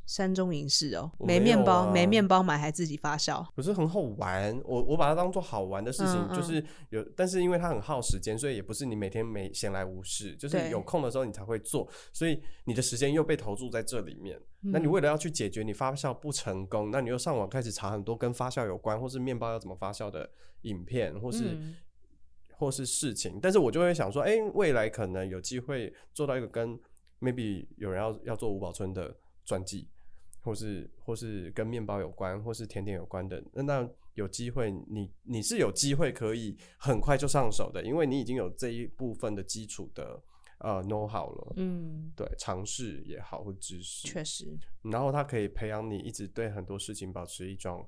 B: 山中隐士哦，
A: 我
B: 没
A: 没有
B: 面包
A: 啊
B: 没面包买还自己发酵，
A: 可是很好玩，我我把它当做好玩的事情，
B: 嗯嗯
A: 就是有，但是因为它很耗时间，所以也不是你每天没闲来无事，就是
B: 对
A: 有空的时候你才会做，所以你的时间又被投注在这里面。那你
B: 嗯
A: 为了要去解决你发酵不成功，那你又上网开始查很多跟发酵有关，或是面包要怎么发酵的影片，或是、
B: 嗯
A: 或是事情。但是我就会想说，哎、未来可能有机会做到一个跟 maybe 有人要要做五宝村的传记，或是或是跟面包有关，或是甜点有关的。那那有机会，你你是有机会可以很快就上手的，因为你已经有这一部分的基础的呃 know how 了，
B: 嗯，
A: 对，尝试也好或知识，
B: 确实，
A: 然后它可以培养你一直对很多事情保持一种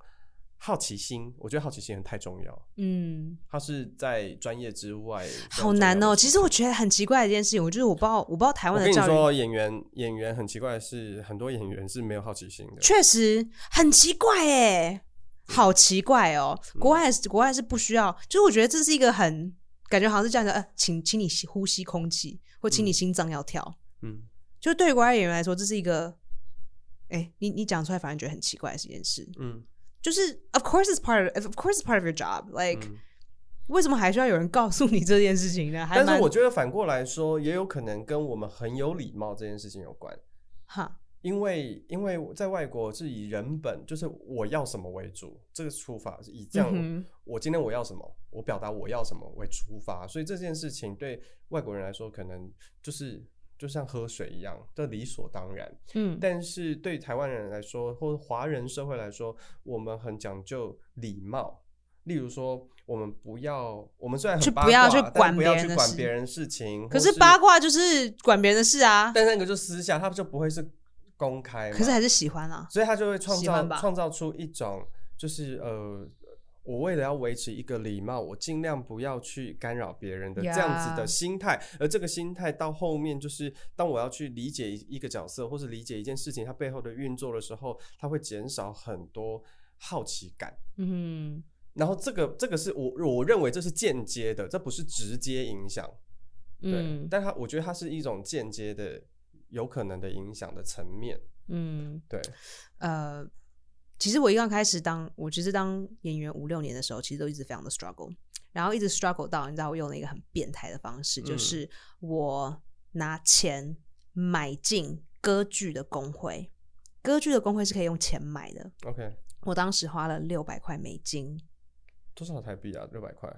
A: 好奇心。我觉得好奇心很太重要，
B: 嗯，
A: 它是在专业之外。
B: 好难哦。其实我觉得很奇怪的一件事情，我就是我不知道，我不知道台
A: 我
B: 湾
A: 跟
B: 的
A: 你
B: 教育。
A: 说，演员演员很奇怪的是，很多演员是没有好奇心的。
B: 确实很奇怪哎，好奇怪哦。
A: 嗯
B: 国外国外是不需要，就是我觉得这是一个很感觉好像是这样的，呃，请请你吸呼吸空气，或请你
A: 嗯
B: 心脏要跳。
A: 嗯，
B: 就对于国外演员来说，这是一个，哎、你你讲出来反而觉得很奇怪的一件事。
A: 嗯
B: 就是 of course it's part of of course it's part of your job. Like、
A: 嗯
B: 为什么还需要有人告诉你这件事情呢？还
A: 但
B: 蛮
A: 是我觉得反过来说，也有可能跟我们很有礼貌这件事情有关，
B: 哈，
A: 因为因为在外国是以人本，就是我要什么为主，这个出发是以这样、
B: 嗯哼
A: 我今天我要什么，我表达我要什么为出发，所以这件事情对外国人来说，可能就是就像喝水一样，这理所当然。
B: 嗯，
A: 但是对台湾人来说，或华人社会来说，我们很讲究礼貌。例如说，我们不要，我们虽然
B: 就
A: 很八
B: 不要
A: 卦，
B: 去
A: 但
B: 管
A: 不
B: 别
A: 要
B: 人
A: 去
B: 的
A: 管
B: 事
A: 别人事情。
B: 可
A: 或
B: 是八，卦就是管别人的事啊，
A: 但那个就私下，他就不会是公开嘛。
B: 可是还是喜欢啊。
A: 所以他就会创
B: 喜欢
A: 造
B: 吧
A: 创造出一种，就是呃，我为了要维持一个礼貌，我尽量不要去干扰别人的这样子的
B: Yeah
A: 心态。而这个心态到后面，就是当我要去理解一一个角色或是理解一件事情它背后的运作的时候，它会减少很多好奇感。
B: 嗯
A: 然后这个这个是我我认为这是间接的，这不是直接影响。对，
B: 嗯
A: 但它我觉得它是一种间接的有可能的影响的层面。
B: 嗯
A: 对，
B: 呃，其实我一刚开始当我其实当演员五六年的时候，其实都一直非常的 struggle，然后一直 struggle 到你知道我用了一个很变态的方式，就
A: 嗯
B: 是我拿钱买进歌剧的工会，歌剧的工会是可以用钱买的，
A: OK，
B: 我当时花了六百块美金，
A: 多少台币啊？六百块，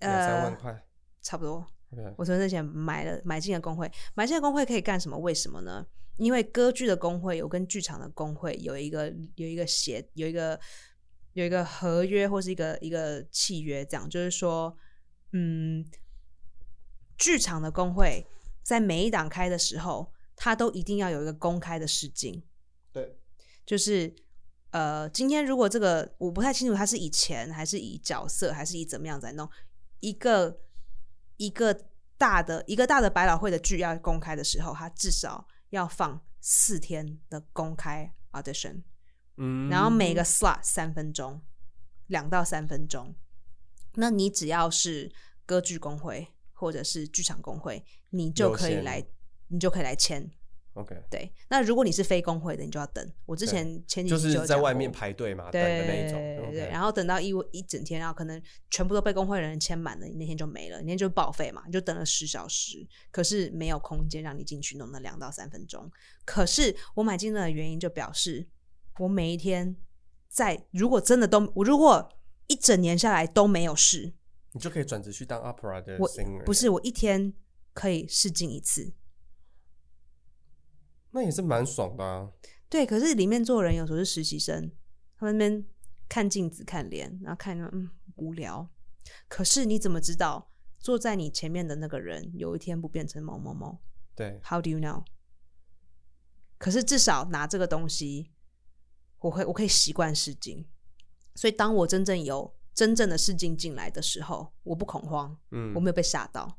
A: 两三
B: 呃
A: 万，块。
B: 差不多，
A: OK，
B: 我存这钱买了买进了工会，买进了工会可以干什么？为什么呢？因为歌剧的工会有跟剧场的工会有一个有一个协有一个有一个合约或是一个一个契约，这样就是说，嗯，剧场的工会在每一档开的时候，它都一定要有一个公开的试镜，
A: 对，
B: 就是呃，今天如果这个我不太清楚，它是以钱还是以角色，还是以怎么样在弄一个一个大的一个大的百老汇的剧要公开的时候，它至少要放四天的公开 audition，
A: 嗯
B: 然后每个 slot 三分钟，两到三分钟。那你只要是歌剧工会或者是剧场工会，你就
A: 优
B: 可以
A: 先
B: 来，你就可以来签。
A: OK，
B: 对，那如果你是非工会的，你就要等。我之
A: 对
B: 前前几
A: 就
B: 集有
A: 是在
B: 讲
A: 外
B: 过
A: 面排队嘛，等
B: 对
A: 的那一种。
B: 对对，
A: OK，
B: 然后等到一一整天，然后可能全部都被工会的人签满了，你那天就没了，你那天就报废嘛，你就等了十小时，可是没有空间让你进去弄那两到三分钟。可是我买进了的原因就表示，我每一天在如果真的都我如果一整年下来都没有事，
A: 你就可以转职去当 opera 的
B: 我
A: singer，
B: 不？是我一天可以试镜一次。
A: 那也是蛮爽的啊。
B: 对，可是里面做人有时候是实习生，他们那边看镜子、看脸，然后看着嗯无聊。可是你怎么知道坐在你前面的那个人有一天不变成某某某
A: 对，
B: ？How do you know？可是至少拿这个东西，我会我可以习惯试镜，所以当我真正有真正的试镜进来的时候，我不恐慌，
A: 嗯，
B: 我没有被吓到。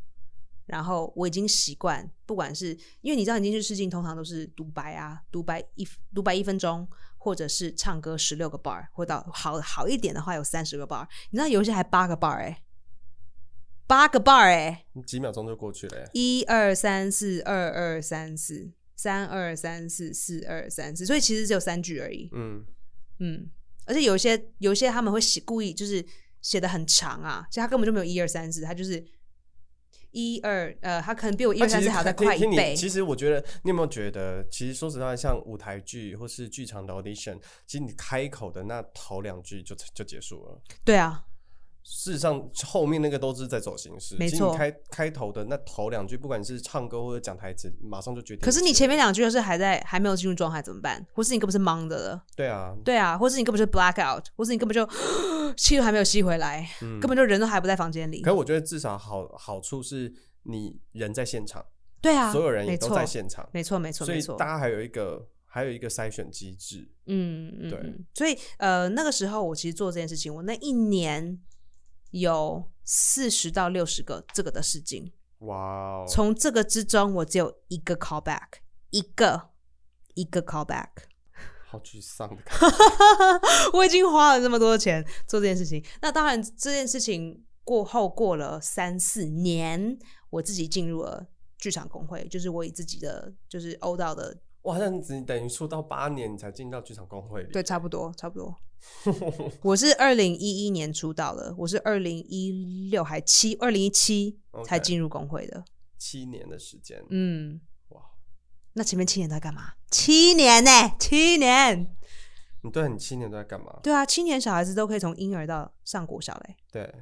B: 然后我已经习惯，不管是因为你知道，你进去试镜通常都是独白啊，独白一独白一分钟，或者是唱歌十六个 bar，或到好好一点的话有三十个 bar。你知道有一些还八个 bar 哎、八个 bar 哎、
A: 几秒钟就过去了耶。
B: 一二三四二二三四三二三四四二三四，所以其实只有三句而已。
A: 嗯，
B: 嗯，而且有一些有一些他们会写故意就是写的很长啊，其实他根本就没有一二三四，他就是一二呃，他可能比我一
A: 那
B: 二
A: 啊其
B: 三
A: 实
B: 四还要再
A: 看
B: 快
A: 听
B: 一
A: 听你，
B: 倍。
A: 其实我觉得，你有没有觉得，其实说实话，像舞台剧或是剧场的 audition，其实你开口的那头两句就就结束了。
B: 对啊，
A: 事实上，后面那个都是在走形式。
B: 没
A: 其实你
B: 错
A: 开开头的那头两句，不管是唱歌或者讲台词，马上就决定。
B: 可是你前面两句要是还在还没有进入状态怎么办？或是你根本是懵的了，
A: 对啊，
B: 对啊，或是你根本就 black out，或是你根本就 气都还没有吸回来，
A: 嗯
B: 根本就人都还不在房间里
A: 可。我觉得至少好好处是你人在现场，
B: 对啊，
A: 所有人也
B: 没
A: 都
B: 错
A: 在，现场，
B: 没错，没错，
A: 所
B: 没
A: 以
B: 错。
A: 大家还有一个还有一个筛选机制。
B: 嗯嗯，
A: 对
B: 嗯所以呃，那个时候我其实做这件事情，我那一年有四十到六十个这个的试镜，
A: 哇哦，
B: 从这个之中我只有一个 callback，一个一个 callback。
A: 好沮丧的感觉。
B: 我已经花了这么多钱做这件事情，那当然这件事情过后过了三四年，我自己进入了剧场工会，就是我以自己的就是欧道的，
A: 哇，那你只等于出道八年，你才进到剧场工会里。
B: 对，差不多差 不多。我是二零一一年出道的，我是二零一六还七二零一七
A: OK
B: 才进入工会的。
A: 七年的时间，
B: 嗯，
A: 哇，
B: 那前面七年都在干嘛？七年呢、七年。
A: 你对你七年都在干嘛？
B: 对啊，七年小孩子都可以从婴儿到上国小嘞、
A: 对，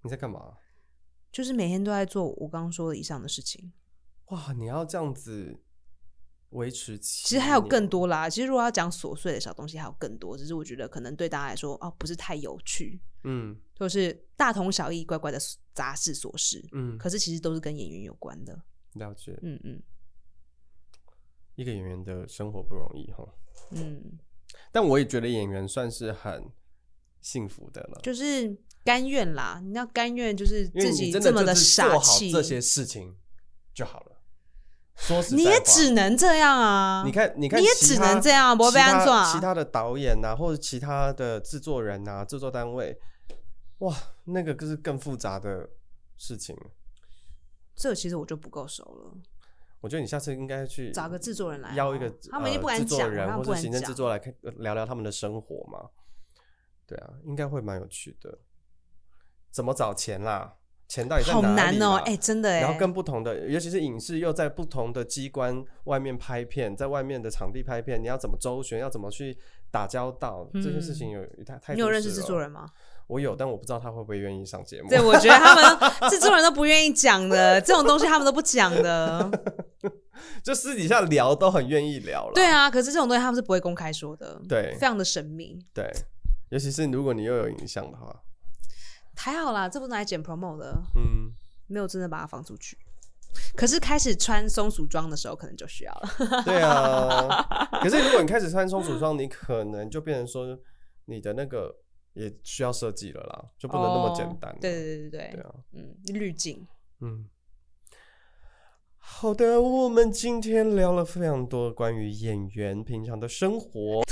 A: 你在干嘛？
B: 就是每天都在做我刚刚说的以上的事情。
A: 哇，你要这样子维持其
B: 其实还有更，多啦。其实如果要讲琐碎的小东西，还有更多，只是我觉得可能对大家来说，哦，不是太有趣，
A: 嗯
B: 就是大同小异、怪怪的杂事琐事。
A: 嗯，
B: 可是其实都是跟演员有关的。
A: 了解。
B: 嗯嗯
A: 一个演员的生活不容易哈，
B: 嗯，
A: 但我也觉得演员算是很幸福的了，
B: 就是甘愿啦，你要甘愿就是
A: 因为
B: 自
A: 你
B: 己
A: 真
B: 这么
A: 的就是
B: 傻
A: 做好
B: 气，
A: 这些事情就好了。说实在
B: 你也
A: 话
B: 只能这样啊。
A: 你看，你看
B: 你也
A: 其他，
B: 只能这样不会被
A: 其他
B: 安怎啊
A: 其他的导演呐、或者其他的制作人呐、制作单位，哇，那个就是更复杂的事情。
B: 这其实我就不够熟了。
A: 我觉得你下次应该去
B: 找个制作人来
A: 邀一个
B: 哦他们就不敢
A: 呃、制作
B: 讲他
A: 人
B: 们
A: 或
B: 不
A: 者
B: 敢
A: 行政
B: 讲
A: 制作来看聊聊他们的生活嘛。对啊，应该会蛮有趣的。怎么找钱啦？钱到底在
B: 好
A: 哪
B: 难
A: 里
B: 哦、
A: 啦
B: 哎、真的哎、
A: 然后跟不同的，尤其是影视又在不同的机关外面拍片，在外面的场地拍片，你要怎么周旋，要怎么去打交道，这些事情有太太。
B: 嗯你有认识制作
A: 人？
B: 人吗？
A: 我有，但我不知道他会不会愿意上节目。
B: 对，我觉得他们制作人都不愿意讲的，这种东西他们都不讲的。
A: 就私底下聊都很愿意聊了。
B: 对啊，可是这种东西他们是不会公开说的，
A: 对
B: 非常的神秘。
A: 对，尤其是如果你又有影像的话，
B: 还好啦，这不是拿来剪 promo 的，
A: 嗯，
B: 没有真的把它放出去。可是开始穿松鼠装的时候，可能就需要了。
A: 对啊。 可是如果你开始穿松鼠装，你可能就变成说你的那个也需要设计了啦，就不能那么简单。
B: 哦对对对对
A: 对
B: 对，
A: 啊。
B: 嗯，滤镜。
A: 嗯，好的，我们今天聊了非常多关于演员平常的生 活，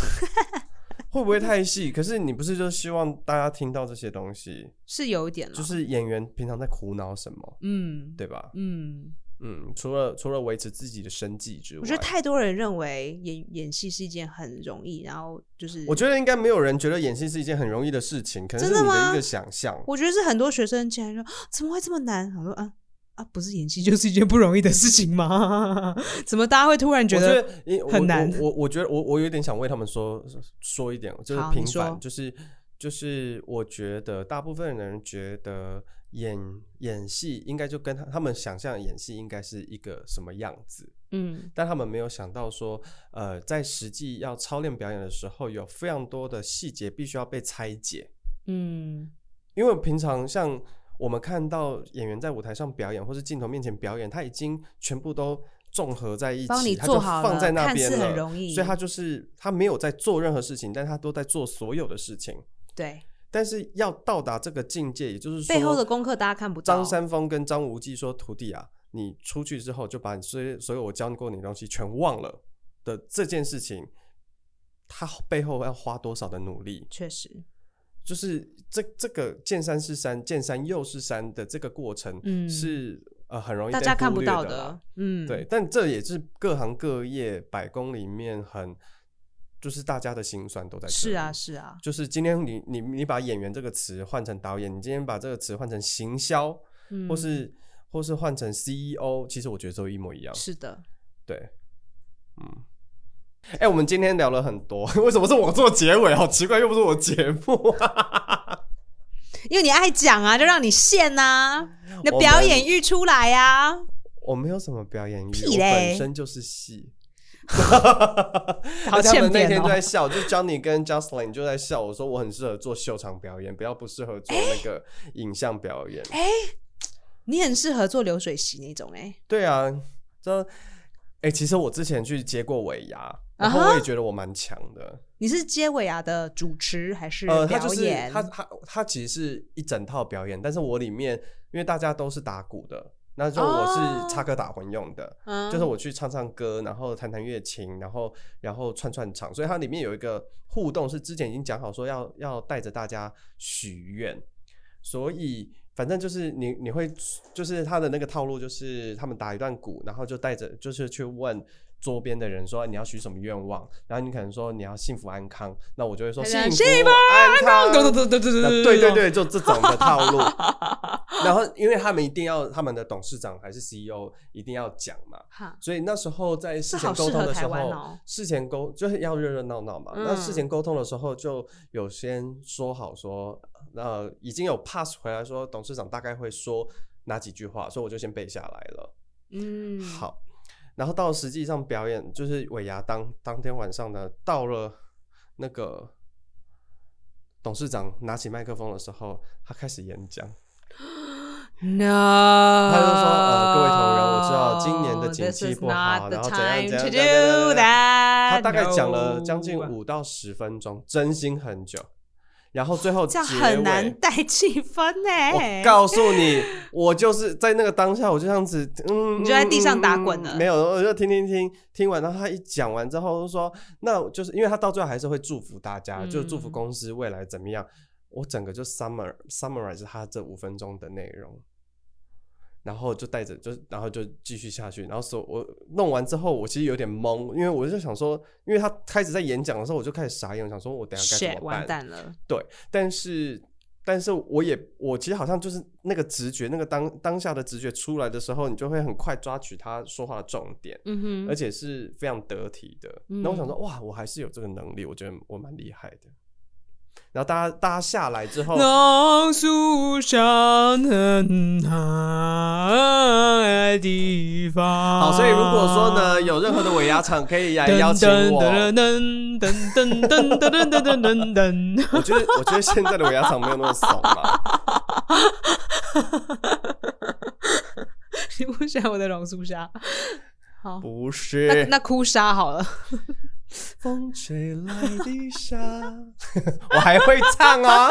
A: 会不会太细？可是你不是就希望大家听到这些东西，
B: 是啊有一点了，
A: 就是演员平常在苦恼什么，
B: 嗯，
A: 对吧？
B: 嗯，
A: 嗯，除了除了维持自己的生计之外，
B: 我觉得太多人认为演演戏是一件很容易，然后就是
A: 我觉得应该没有人觉得演戏是一件很容易的事情，可能是
B: 真的
A: 你
B: 吗
A: 的一个想象。
B: 我觉得是很多学生竟然说啊怎么会这么难？我说啊啊，不是演戏就是一件不容易的事情吗？ 怎么大家会突然觉
A: 我
B: 得？
A: 觉得因我
B: 很难
A: 我我我觉得我我有点想为他们说说一点，就是
B: 好
A: 平
B: 你说
A: 凡，就是就是我觉得大部分人觉得演演戏应该就跟他他们想象演戏应该是一个什么样子，
B: 嗯
A: 但他们没有想到说，呃，在实际要操练表演的时候，有非常多的细节必须要被拆解，
B: 嗯
A: 因为平常像我们看到演员在舞台上表演，或是镜头面前表演，他已经全部都综合在一起，
B: 帮你
A: 他
B: 做
A: 就
B: 好
A: 放
B: 了
A: 在那
B: 看
A: 边
B: 似
A: 了，
B: 很容易
A: 所以他就是他没有在做任何事情，但他都在做所有的事情。
B: 对，
A: 但是要到达这个境界，也就是说，
B: 背后的功课大家看不到
A: 张三丰跟张无忌说：“徒弟啊，你出去之后就把你所有所有我教你过你的东西全忘了的这件事情，他背后要花多少的努力？
B: 确实，
A: 就是这这个见山是山，见山又是山的这个过程，
B: 嗯
A: 是呃很容易
B: 大
A: 被
B: 家看
A: 忽
B: 不
A: 略
B: 到
A: 的
B: 的
A: 啦，，
B: 嗯，
A: 对，，但这也是各行各业百工里面很，就是大家的辛酸都在这
B: 是啊
A: 里。
B: 是啊，
A: 就是今天你你你把演员这个词换成导演，你今天把这个词换成行销，
B: 嗯，
A: 或是或是换成 CEO，其实我觉得都一模一样。
B: 是的，
A: 对，嗯， 哎、我们今天聊了很多，为什么是我做结尾？好奇怪，又不是我节目、
B: 因为你爱讲啊，就让你现呐、啊，你的表演欲出来呀、啊。
A: 我没有什么表演欲，
B: 屁
A: 我
B: 嘞
A: 本身就是戏。
B: 好
A: 而且他
B: 欠
A: 们那
B: 扁
A: 天
B: 哦
A: 就在笑，就 Johnny 跟 Jocelyn 就在笑，我说我很适合做秀场表演，不要不适合做那个影像表演。
B: 你很适合做流水席那种哎、
A: 对啊，这哎、欸其实我之前去接过尾牙，然
B: 啊
A: 后我也觉得我蛮强的。
B: 你是接尾牙的主持还是
A: 呃，他
B: 表
A: 就是
B: 演？
A: 他他他其实是一整套表演，但是我里面因为大家都是打鼓的，那就我
B: 哦
A: 是插科打诨用的。
B: 嗯
A: 就是我去唱唱歌，然后弹弹乐琴，然后然后串串场，所以它里面有一个互动是之前已经讲好说要要带着大家许愿，所以反正就是你你会就是他的那个套路就是他们打一段鼓，然后就带着就是去问。桌边的人说你要许什么愿望，然后你可能说你要幸福安康，那我就会说
B: 大
A: 幸
B: 家
A: 福
B: 幸福
A: 安康，
B: 咚咚咚咚咚咚
A: 那
B: 咚，
A: 对对 对，就这种的套路。然后，因为他们一定要他们的董事长还是 CEO 一定要讲嘛，
B: 哈，
A: 所以那时候在事前沟通的时
B: 这好适合台湾
A: 候，
B: 哦
A: 事前沟就是要热热闹闹嘛。
B: 嗯
A: 那事前沟通的时候，就有先说好说，呃，已经有 pass 回来说董事长大概会说哪几句话，所以我就先背下来了。
B: 嗯，，
A: 好，然后到实际上表演就是尾牙当当天晚上呢，到了那个董事长拿起麦克风的时候，他开始演讲。
B: 嗯 No，
A: 他就说呃各位同仁我知道今年的景气不好
B: This is not the
A: 然后怎样
B: time
A: 怎样怎样怎样怎
B: to do
A: 样
B: that，
A: 他大概讲了
B: no
A: 将近五到十分钟，真心很久。然后最后
B: 这样
A: 结
B: 很
A: 尾
B: 难带气氛呢。
A: 我告诉你，我就是在那个当下，我就这样子，嗯，
B: 你就在地上打滚
A: 呢。
B: 了
A: 嗯没有，我就听听听，听完，然后他一讲完之后，就说，那就是因为他到最后还是会祝福大家，
B: 嗯
A: 就祝福公司未来怎么样。我整个就 summer summarize 他这五分钟的内容，然后就带着就然后就继续下去，然后所我弄完之后，我其实有点懵，因为我就想说，因为他开始在演讲的时候，我就开始傻眼，我想说我等一下该
B: shit，
A: 怎么办？
B: 完蛋了，
A: 对，但是但是我也我其实好像就是那个直觉，那个当当下的直觉出来的时候，你就会很快抓取他说话的重点，
B: 嗯
A: 而
B: 哼，
A: 且是非常得体的。
B: 嗯
A: 然后我想说，哇，我还是有这个能力，我觉得我蛮厉害的。然后大家大家下来 之后，
B: 哦老树上很矮的地方。
A: 好，所以如果说呢，有任何的尾牙厂可以来邀请我。
B: 噔噔噔噔噔噔噔噔噔噔，
A: 我觉得，我觉得现在的尾牙厂没有那么怂啊了。
B: 你不喜欢我的榕树下？好，
A: 不
B: 那
A: 是，
B: 那哭沙好了。
A: 风吹来的沙， 我还会唱 啊。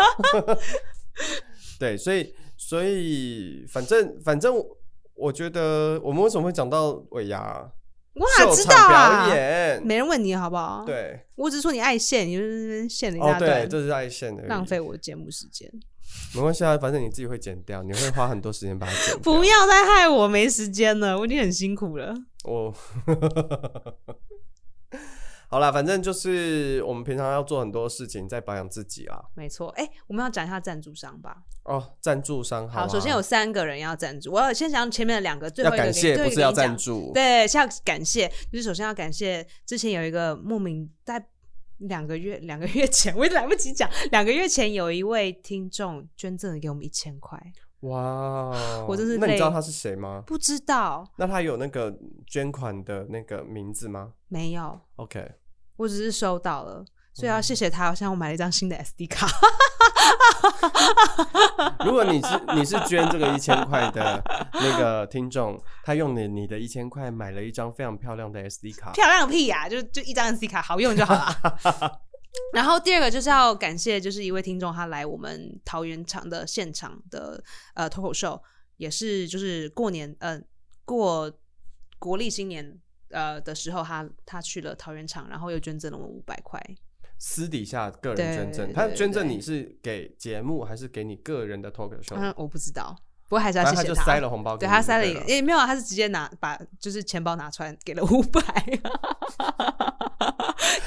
A: 对，所以所以反正反正，我觉得我们为什么会讲到尾牙
B: 哇，
A: 秀
B: 知道
A: 场
B: 啊
A: 表，演？
B: 没人问你好不好？，
A: 对，
B: 我只是说你爱现，你就是在那边现了一
A: 哦
B: 大
A: 对，
B: 堆，
A: 这是在线的，
B: 浪费我的节目时间。
A: 没关系啊，反正你自己会剪掉，你会花很多时间把它剪掉。
B: 不要再害我没时间了，我已经很辛苦了。
A: 我 好啦，反正就是我们平常要做很多事情，在保养自己啦。
B: 没错，哎、我们要讲一下赞助商吧。
A: 哦，赞助商好
B: 好，
A: 啊，
B: 首先有三个人要赞助，我要先讲前面的两个，最
A: 要
B: 后一个
A: 感
B: 给
A: 谢，
B: 最后
A: 不
B: 一
A: 是
B: 个
A: 要
B: 给你讲
A: 赞助。
B: 对，是要感谢，就是首先要感谢之前有一个莫名在两个月两个月前， 我也来不及讲，两个月前有一位听众捐赠了给我们一千块，，
A: 哇
B: 我真是
A: 哦那你
B: 被
A: 知道他是谁吗？
B: 不知道
A: 那他有那个捐款的那个名字吗
B: 没有，
A: ？OK，
B: 我只是收到了。所以
A: 嗯
B: 要谢谢他，好像我买了一张新的 SD 卡。
A: 如果你是你是捐这个一千块的那个听众，他用你你的一千块买了一张非常漂亮的 SD 卡，
B: 漂亮个屁呀、就就一张 SD 卡，好用就好了。啊 然后第二个就是要感谢，就是一位听众他来我们桃园场的现场的呃脱口秀，也是就是过年呃过国历新年呃的时候他，他去了桃园场，然后又捐赠了我们五百块。
A: 私底下个人
B: 对
A: 捐赠，
B: 对
A: 他
B: 对
A: 捐赠
B: 对
A: 你是给节目还是给你个人的 talk show？
B: 嗯，我不知道，不过还是要
A: 反
B: 谢
A: 正
B: 谢
A: 他就塞了红包给
B: 对
A: 你，
B: 他啊塞了一个，
A: 个。
B: 也、没有啊，他是直接拿把就是钱包拿出来给了五百。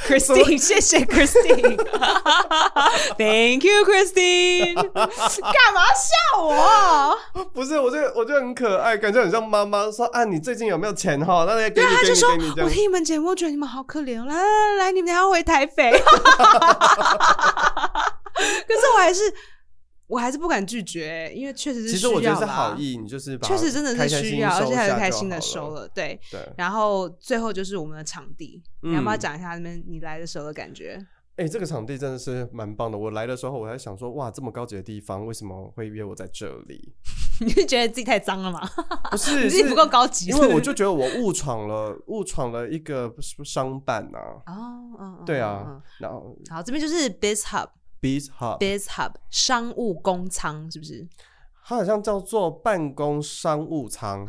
B: Christine，谢谢 Christine，Thank you Christine，干嘛笑我？
A: 不是，我觉得我觉得很可爱，感觉很像妈妈说啊，你最近有没有钱哈？那来给你
B: 啊他
A: 给
B: 就
A: 你
B: 说
A: 给你这
B: 我
A: 样。
B: 听你们节目，觉得你们好可怜哦，来来来， 你们等一下回台北。可是我还是我还是不敢拒绝，因为确实是
A: 其实
B: 需
A: 我觉得
B: 要
A: 是
B: 啦
A: 好，意，你就是把
B: 确实真的
A: 开
B: 是
A: 开
B: 需
A: 心
B: 要，而且还
A: 收下
B: 是开
A: 就
B: 心的
A: 好
B: 收
A: 了。
B: 了，对。
A: 对，
B: 然后最后就是我们的场地，你要不要
A: 嗯
B: 讲一下那边你来的时候的感觉？
A: 哎、这个场地真的是蛮棒的。我来的时候，我还想说，哇，这么高级的地方，为什么会约我在这里？
B: 你是觉得自己太脏了吗？
A: 不是，
B: 你自己
A: 是
B: 不够高级，
A: 因
B: 是不
A: 为我
B: 是
A: 就觉得我误闯了，误闯了一个不是商办啊，
B: 哦，嗯，嗯
A: 对
B: 嗯
A: 啊
B: 嗯，
A: 然后
B: 好，这边就是 Biz Hub。
A: Biz Hub，
B: Biz Hub 商务公仓是不是？
A: 它好像叫做办公商务舱。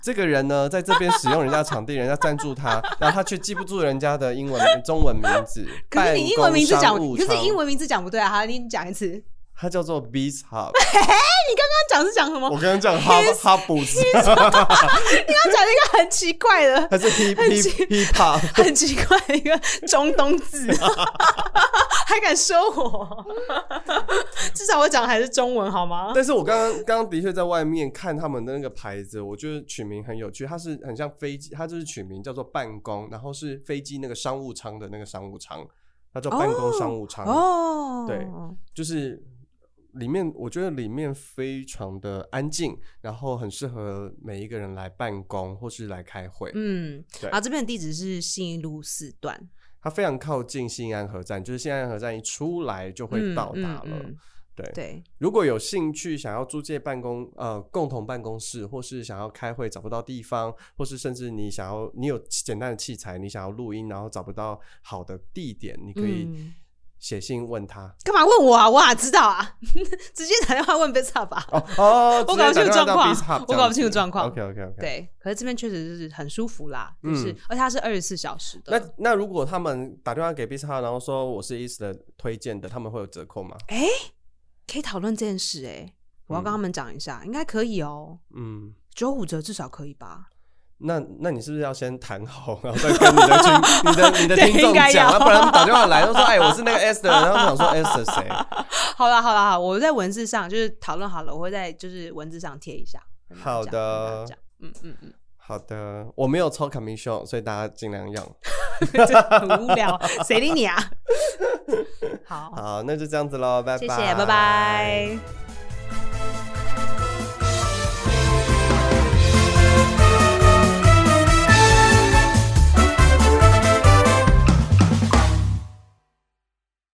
A: 这个人呢，在这边使用人家场地，人家赞助他，然后他却记不住人家的英文中文名字。
B: 可是你英文
A: 办公
B: 名字讲，
A: 商务
B: 可是
A: 舱
B: 你英文名字讲不对啊！好，你讲一次，刚
A: 它叫做 Biz Hub。
B: 刚讲是讲什么？
A: 我刚刚讲哈哈布斯，
B: 你刚刚讲一个很奇怪的，
A: 它是 Hip
B: 奇
A: Hip Hip Hop。
B: 很奇怪的一个中东字， 还敢说我？ 至少我讲的还是中文好吗？
A: 但是我刚刚刚刚的确在外面看他们的那个牌子，我觉得取名很有趣，它是很像飞机，它就是取名叫做办公，然后是飞机那个商务舱的那个商务舱，它叫办公商务舱，
B: 哦，
A: 对就是里面我觉得里面非常的安静，然后很适合每一个人来办公或是来开会，
B: 嗯，
A: 对
B: 然后这边的地址是信义路四段，
A: 它非常靠近新安河站，就是新安河站一出来就会到达了。
B: 嗯嗯嗯
A: 对，
B: 对，
A: 如果有兴趣想要租借办公呃共同办公室，或是想要开会找不到地方，或是甚至你想要你有简单的器材，你想要录音，然后找不到好的地点，你可以
B: 嗯
A: 写信问他。
B: 干嘛问我啊？我哪知道啊？ 直接打电话问 Biz Hub 吧。
A: 哦哦，
B: 我搞不清楚状况我搞不清楚状况
A: OK OK OK。
B: 对，可是这边确实是很舒服啦，
A: 嗯
B: 就是、而且它是二十四小时
A: 那
B: 的。
A: 那如果他们打电话给 b i z Hub，然后说我是 East 的推荐的，他们会有折扣吗？
B: 哎、可以讨论这件事哎、我要
A: 嗯
B: 跟他们讲一下，应该可以哦、
A: 嗯，
B: 九五折至少可以吧？
A: 那那你是不是要先谈好，然后再跟你的群、你的你的
B: 对
A: 听众
B: 应该
A: 讲，
B: 要
A: 要不然他们打电话来都说，哎，我是 那个 S 的，然后想说 S 是谁？
B: 好啦好啦，好，我在文字上就是讨论好了，我会在就是文字上贴一下。跟大家
A: 好的
B: 讲跟大家讲嗯嗯
A: 好的，我没有抽 commission，所以大家尽量用。
B: 嗯，这很无聊，谁理你啊？好，
A: 好，那就这样子喽，拜拜，
B: 谢谢，拜拜。